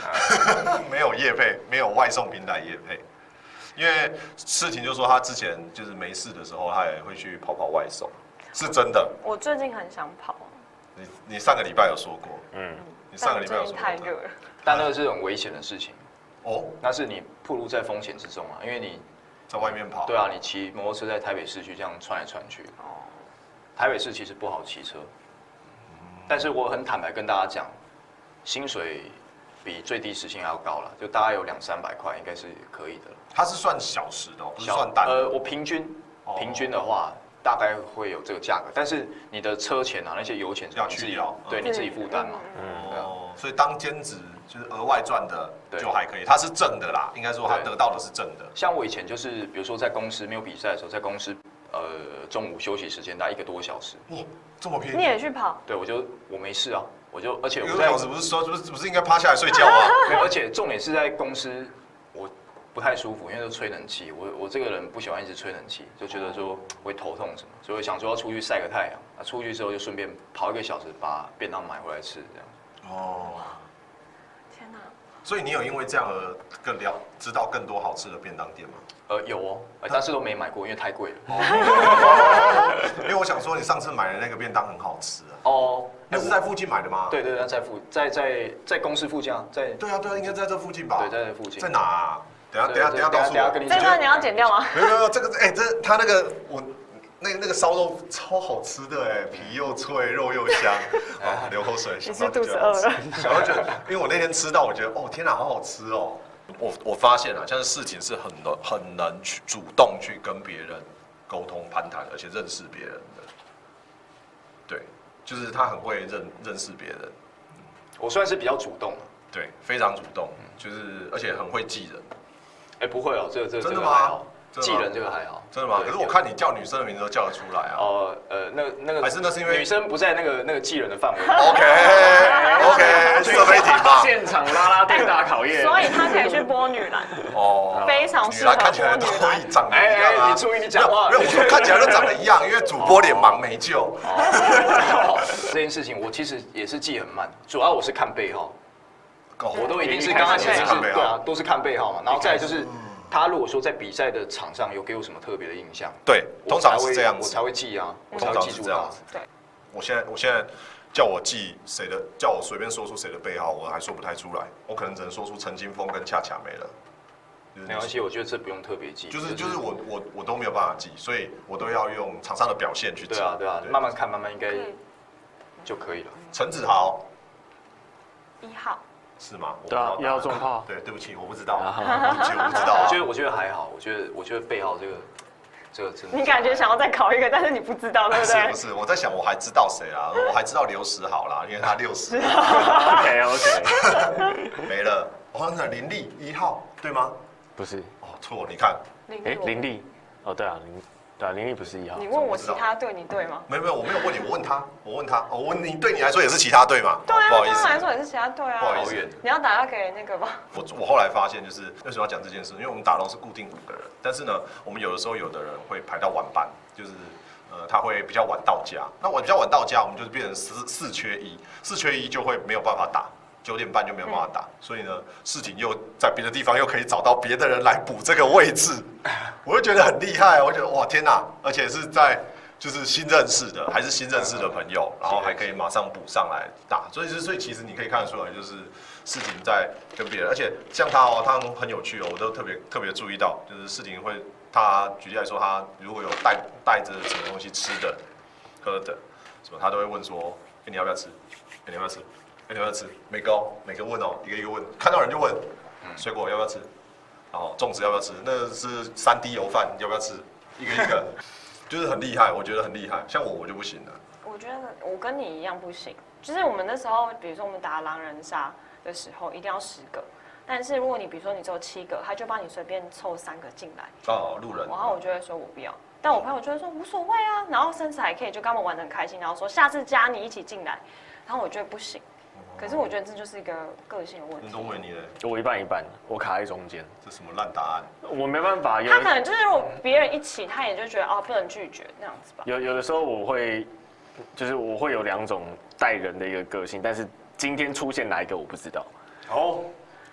没有业配，没有外送平台业配。因为世婷就说他之前就是没事的时候，他也会去跑跑外送，是真的。我最近很想跑，你你上个礼拜有说过，嗯，你上个但礼拜有最说近过太热了。但那个是很危险的事情，哦，那是你暴露在风险之中啊，因为你在外面跑，对啊，你骑摩托车在台北市区这样窜来窜去，哦台北市其实不好骑车，嗯但是我很坦白跟大家讲，薪水比最低时薪还要高了，就大概有两三百块，应该是可以的了。它是算小时的、哦，不是小算单的。呃，我平均哦平均的话，大概会有这个价格，但是你的车钱啊，那些油钱是要你自去己掉对嗯你自己负担嘛。对啊哦，所以当兼职就是额外赚的对就还可以，它是正的啦，应该说它对得到的是正的。像我以前就是，比如说在公司没有比赛的时候，在公司呃中午休息时间大概一个多小时，哇，这么便你宜，也去跑？对我就我没事啊，我就而且一我个在小时不是说不是不是应该趴下来睡 *laughs* 觉啊吗？没有，而且重点是在公司，我不太舒服，因为都吹冷气。我我这个人不喜欢一直吹冷气，就觉得说会头痛什么，所以我想说要出去晒个太阳。啊，出去之后就顺便跑一个小时，把便当买回来吃，这样。哦，天所以你有因为这样而更了知道更多好吃的便当 *laughs* 店吗？呃，有哦，啊呃但是都没买过，因为太贵了。因为我想说，你上次买的那个便当很好吃啊，哦，那是在附近买的吗？对对对，在附在在在公司附近啊，在对啊，对啊，应该在这附近吧？对在这附近在哪啊？等下等下对等下告诉等下跟我。你这讲段你。要剪掉吗？没有没有没有，这个哎，这他那个我那那个烧肉超好吃的哎，皮又脆，肉又香，啊，流口水。你想是到肚就子觉得饿好吃了？小时候觉得，因为我那天吃到，我觉得哦，天哪，好好吃哦。我我发现啊，像是事情是很能很能去主动去跟别人沟通攀谈，而且认识别人的。对，就是他很会认认识别人，我算是比较主动啊，对，非常主动，就是而且很会记人。哎，不会哦，这个这个真的这个吗还好，真的吗技能这个还好，真的吗？对可是我看你叫女生的名字都叫得出来啊。哦呃那个那个还是那是因为女生不在那个那个技能的范 *laughs* 围。 OK OK，设备挺吧。现场拉拉队大考验。所以他可以去播女 *laughs* 篮，哦，非常女适合篮看起来都播女篮长得一样哎哎啊。你注意你讲话没有，没有我说看起来都长得一样，因为主播脸盲没救。哦 *laughs* 这件事情我其实也是记很慢，主要我是看背号，我都一定是你刚看开始背是号看背号对啊，都是看背号嗯嘛，然后再来就是他如果说在比赛的场上有给我什么特别的印象，对，我通常才会是这样我子才。会记啊，我才通会常记是住这样他子。。对，我现在我现在叫我记谁的，叫我随便说出谁的背号，我还说不太出来，我可能只能说出陈金峰跟恰恰没了。就是没关系，我觉得这不用特别记，就是就是我我我都没有办法记，所以我都要用场上的表现去记。对啊对啊，慢慢看慢慢应该嗯，就可以了。陈子豪一号，是吗？我不知对道啊，答案要重炮。 *laughs* 对，对不起，我不知道，啊好对不起，我不知道 *laughs* 我啊觉。得我觉得还好，我觉得我觉得背号这个这个真的，你感觉想要再考一个，但是你不知道，对不啊是对啊不？是？我在想，我还知道谁啊？我还知道刘石好啦，因为他六十 OK OK， *laughs* *laughs* 没了。哦，那林立一号对吗？不是，哦，错，你看，哎，我林立，哦对啊，林，对啊，林立不是一号你。问我其他队，你对吗？没有没有，我没有问你，我问他，我问他，哦，我问你，对你来说也是其他队嘛？哦对啊，不好意对他们来思，说也是其他队啊。不好意好远思，你要打要给那个吧，我我后来发现，就是为什么要讲这件事？因为我们打龙是固定五个人，但是呢，我们有的时候有的人会排到晚班，就是呃他会比较晚到家。那晚比较晚到家，我们就是变成四四缺一，四缺一就会没有办法打，九点半就没有办法打。所以呢，事情又在别的地方又可以找到别的人来补这个位置，我就觉得很厉害。我觉得哇天哪，而且是在。就是新认识的，还是新认识的朋友，然后还可以马上补上来打，所以是所以其实你可以看得出来，就是事情在跟别人，而且像他哦，他很有趣哦，我都特别特别注意到，就是事情会他举例来说，他如果有带带着什么东西吃的、喝的什么，他都会问说，哎、你要不要吃？哎、你要不要吃？哎、你要不要吃？每个哦，每个问哦，一个一个问，看到人就问，水果要不要吃？然后粽子要不要吃？那是三滴油饭要不要吃？一个一个， *laughs* 就是很厉害，我觉得很厉害。像我我就不行了，我觉得我跟你一样不行。就是我们那时候，比如说我们打狼人杀的时候，一定要十个。但是如果你比如说你只有七个，他就帮你随便凑三个进来，哦，路人然后我就会说我不要，但我朋友就会说无所谓啊，然后甚至还可以就跟他们玩的很开心，然后说下次加你一起进来，然后我觉得不行，嗯可是我觉得这就是一个个性的问那题。钟伟你呢？我一半一半，我卡在中间，这什么烂答案？我没办法。有他可能就是如果别人一起，他也就觉得哦不能拒绝那样子吧。有有的时候我会，就是我会有两种待人的一个个性，但是今天出现哪一个我不知道。哦，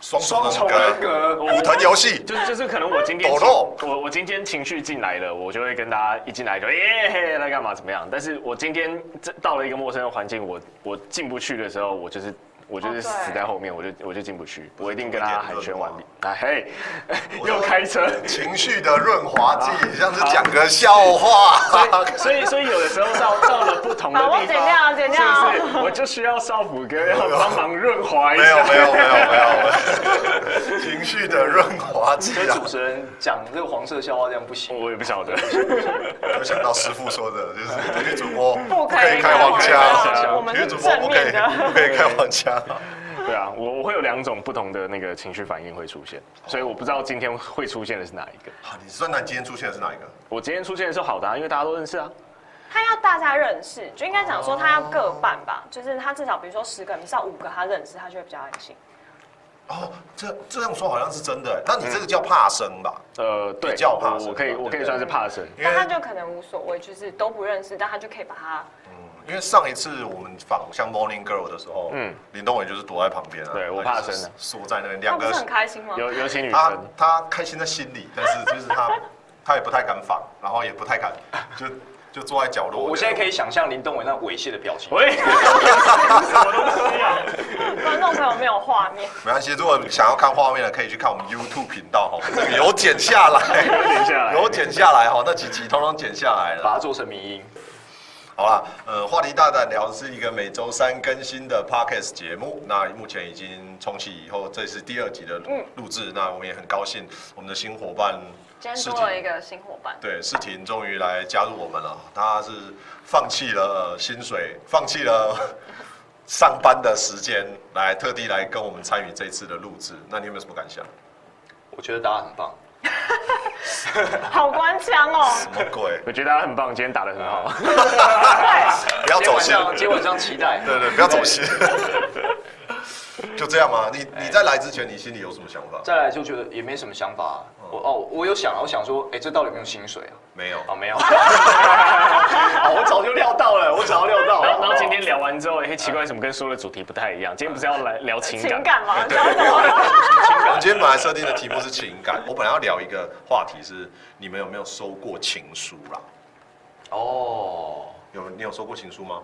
双双重人格，武藤游戏，就是就是可能我今天抖情肉我我今天情绪进来了，我就会跟大家一进来就耶嘿来干嘛怎么样？但是我今天这到了一个陌生的环境，我我进不去的时候，我就是我就哦对是死在后面，我就我就进不去，我一定跟我大点家寒歌暄完吗毕。哎嘿，*laughs* 我又说开车。情绪的润滑剂，啊像是讲个笑话。所以，所以有的时候到到了不同的把地我方，剪掉剪掉是不是？我就需要少辅哥要帮忙润滑一没有下。没有没有没有，情绪的润滑剂所以啊主！持人讲这个黄色笑话这样不行。我也不晓得， *laughs* 就想到师傅说的，就是体育主播不可以可以开黄我腔，们体是育主播不可以正面的不可以开黄腔。对啊，我我会有两种不同的那个情绪反应会出现，所以我不知道今天会出现的是哪一个。好，你算那你今天出现的是哪一个？我今天出现的是好的、啊，因为大家都认识啊。他要大家认识，就应该讲说他哦要各半吧，就是他至少比如说十个，至少五个他认识，他就会比较安心。哦，这这样说好像是真的欸。那你这个叫怕生吧？呃，对，比较怕我生我可以嘛我可对不以对算是怕生。因为但他就可能无所谓，就是都不认识，但他就可以把他嗯因为上一次我们访像 Morning Girl 的时候，嗯，林东伟就是躲在旁边啊，对我他怕就是生啊缩在那边，他两不个是很开心吗？尤尤其女他生，他开心在心里，但是就是他他也不太敢仿，然后也不太敢就就坐在角落。我现在可以以想象林东伟那猥亵的表情。喂， *laughs* 观众朋友没有画面，没关系，如果想要看画面的，可以去看我们 YouTube 频道哈，我们这个有剪下 *laughs* 来，停下来，有剪下来哈，那几集通通剪下来了把。它做成迷音。好啦，呃，话题大胆聊是一个每周三更新的 podcast 节目。那目前已经重启以后，这是第二集的录录制。那我们也很高兴，我们的新伙伴今世天婷多了一个新伙伴，对，世婷终于来加入我们了。她是放弃了薪水，放弃了 *laughs* 上班的时间，来特地来跟我们参与这次的录制。那你有没有什么感想？我觉得大家很棒，好官腔哦。什么 *laughs* 鬼？我觉得他很棒，今天打得很好。不要今天走晚心。上今天晚上期待。 *laughs* 对对，不要走心。就这样吗？你你在来之前，你心里有什么想法？再来就觉得也没什么想法、啊，嗯我哦，我有想啊，我想说，哎、这到底有没有薪水啊？没有。啊，没 *laughs* 有，哦我早就料到了，我早就料到了。然后，然后今天聊完之后，哎，奇怪，怎么跟书的主题不太一样？今天不是要来聊情情感？感嘛，你知道什 *laughs* 我们今天本来设定的题目是情感，我本来要聊一个话题是你们有没有收过情书啦？哦，有你有收过情书吗？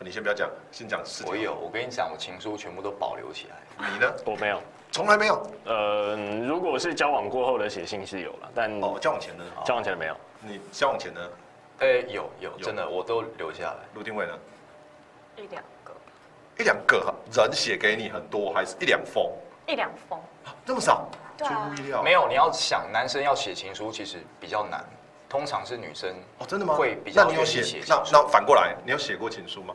你先不要讲，先讲事我情。有，我跟你讲，我情书全部都保留起来。你呢？我没有。从来没有。呃，如果是交往过后的写信是有了，但哦，交往前呢？交往前的没有。你交往前呢？哎、有有，真的我都留下来。陆定伟呢？ *laughs* 一两个，一两个人写给你很多，还是一两封？一两封，那么少？对出啊乎意料。没有，你要想，男生要写情书其实比较难，通常是女生。哦，真的吗？会比较那你有愿意写写？情那书那反过来，你有写过情书吗？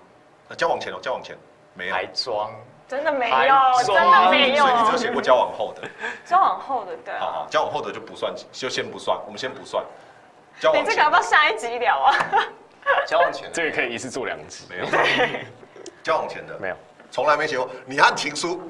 呃交往前哦，交往前没有。还装，真的没还有，真的没有所以。你只有写过交往后的。交往后的，对好啊。好，交往后的就不算，就先不算，我们先不算。交你往这个要前不要下一集聊啊？交往前这个可以一次做两集，没有，交往前的没有从来没写过。你按情书，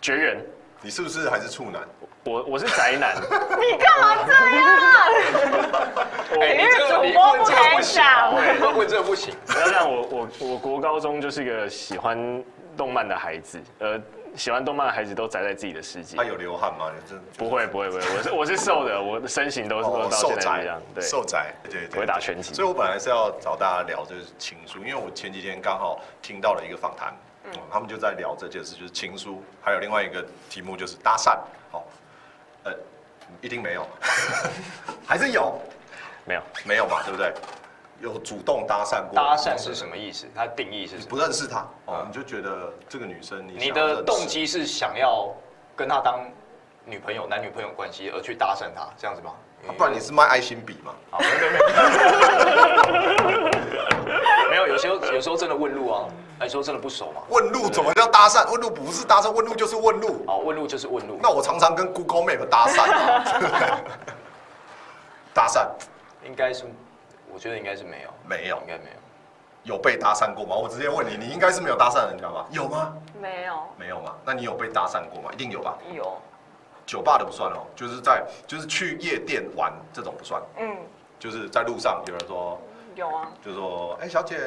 绝缘。你是不是还是处男？我我是宅男，你干嘛这样？ *laughs* 哎因为你这个主你播问不这个开不行啊，讲喂问这个不行。 *laughs* 不要这样。我我我国高中就是一个喜欢动漫的孩子，呃，喜欢动漫的孩子都宅在自己的世界啊他。有流汗吗？你真不会不会不会，我是我是瘦的，我的身形都是都哦，到受现在这宅样。对，受宅，对对对，我会打拳击所以我本来是要找大家聊这个情书，因为我前几天刚好听到了一个访谈，嗯他们就在聊这件事，就是情书，还有另外一个题目就是搭讪。好，呃，一定没有， *laughs* 还是有，没有。没有嘛，对不对？有主动搭讪过，搭讪是什么意思？它的定义是你什不么？认识她，哦，你就觉得这个女生你啊你想要认的识动机是想要跟她当女朋友、男女朋友关系而去搭讪她，这样子吗？啊不然你是卖爱心笔嘛？好，啊没有嗯没有没有没有，有时候有时候真的问路啊，哎有时候真的不熟嘛。问路怎么叫搭讪？问路不是搭讪，问路就是问路。好，哦问路就是问路。那我常常跟 Google Map 搭讪、 *laughs* 啊，搭讪应该是，我觉得应该是没有，没有应该没有。有被搭讪过吗？我直接问你，你应该是没有搭讪人家吧？有吗？没有，没有嘛？那你有被搭讪过吗？一定有吧？有，酒吧的不算哦，就是在就是去夜店玩这种不算，嗯，就是在路上有人说，有啊。就说哎、小姐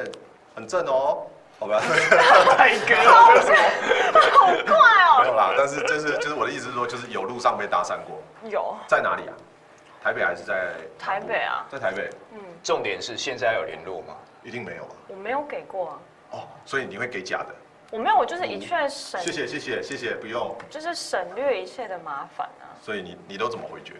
很正哦，好吧，太哥，我是好快没有哦，啦。但是就是就是我的意思是说，就是有路上被搭讪过，有在哪里啊？台北还是在台北啊，在台北重点是现在有联络吗？一定没有吧？我没有给过啊，哦，所以你会给假的。我没有，我就是一切省，谢谢谢谢谢谢，不用。就是省略一切的麻烦啊。所以你你都怎么回绝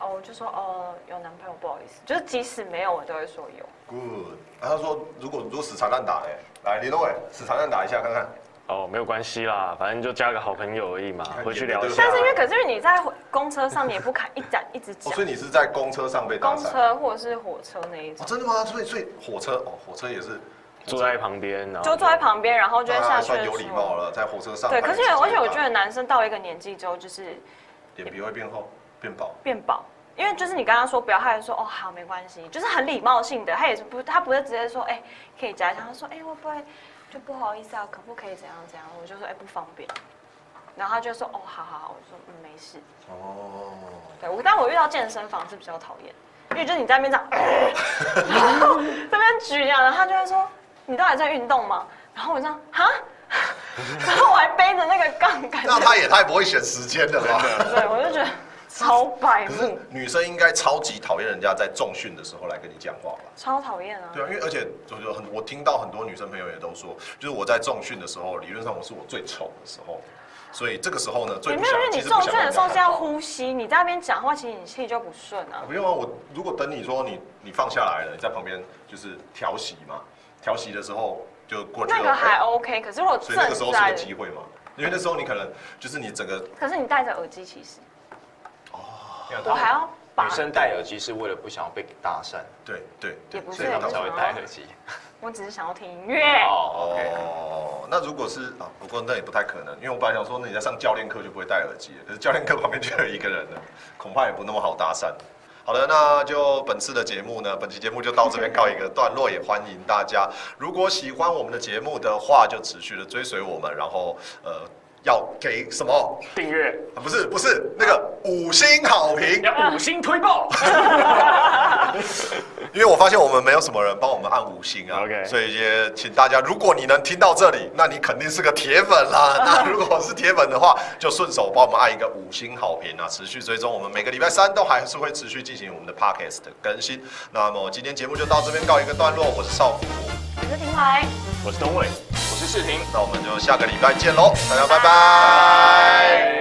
哦，我就说哦，有男朋友，不好意思，就是即使没有，我都会说有。 ？Good。啊、他说如果如果死缠烂打嘞，哎来林东伟死缠烂打一下看看。哦，没有关系啦，反正就加个好朋友而已嘛，哎回去聊一下啊但。是因为，可是你在公车上，你也不敢一讲一直哦，讲所以你是在公车上被搭公讪？车或者是火车那一哦种，，真的吗？所以所以火车哦，火车也是坐在旁边，哦然后就坐在旁边，然后就会大家下哦去算有礼貌说。了，在火车上还对，直可接是搭。而且我觉得男生到一个年纪之后，就是脸皮会变厚变薄。变薄，因为就是你刚刚说不要害羞，说哦好没关系，就是很礼貌性的，他也是不他不会直接说哎、可以加一下，他说哎、会不会就不好意思啊，可不可以怎样怎样，我就说哎、不方便，然后他就说哦好好好，我就说嗯没事，哦。对我但我遇到健身房是比较讨厌，因为就是你在那边这样，呃这边举这样，然后他就会说你到底在运动吗？”然后我这样哈， *laughs* 然后我还背着那个杠杆，那他也太不会选时间了吧？对我就觉得超白可是目，女生应该超级讨厌人家在重训的时候来跟你讲话吧？超讨厌啊！对啊，因为而且就是很，我听到很多女生朋友也都说，就是我在重训的时候，理论上我是我最丑的时候，所以这个时候呢，最也不没想有，因为你其实不重想训的时候跟人家是讲要话呼吸，你在那边讲话，其实你气就不顺啊啊。不用啊，我如果等你说你你放下来了，你在旁边就是调息嘛，调息的时候就过去了。那个还哎 OK，可是我所正以那个时候是在个，机会嘛，因为那时候你可能就是你整个可是你戴着耳机，其实我我还要把女，生戴耳机是为了不想要被搭讪，对对也对，不是所以也他不们才会是什么戴耳机。我只是想要听音乐。哦，OK，哦，那如果是啊，不过那也不太可能，因为我本来想说，那你在上教练课就不会戴耳机了，可是教练课旁边就有一个人了，恐怕也不那么好搭讪。好的，那就本次的节目呢，本期节目就到这边告一个段落，也欢迎大家，如果喜欢我们的节目的话，就持续的追随我们，然后呃，要给什么？订阅啊不是不是那个五星好评，要五星推爆。 *laughs* 因为我发现我们没有什么人帮我们按五星啊 OK 所以也请大家，如果你能听到这里，那你肯定是个铁粉啦。那如果是铁粉的话，就顺手帮我们按一个五星好评啊，持续追踪我们每个礼拜三都还是会持续进行我们的 podcast 的更新。那么今天节目就到这边告一个段落，我是少福，我是停牌。我是东伟。我是世婷。那我们就下个礼拜见喽，大家拜拜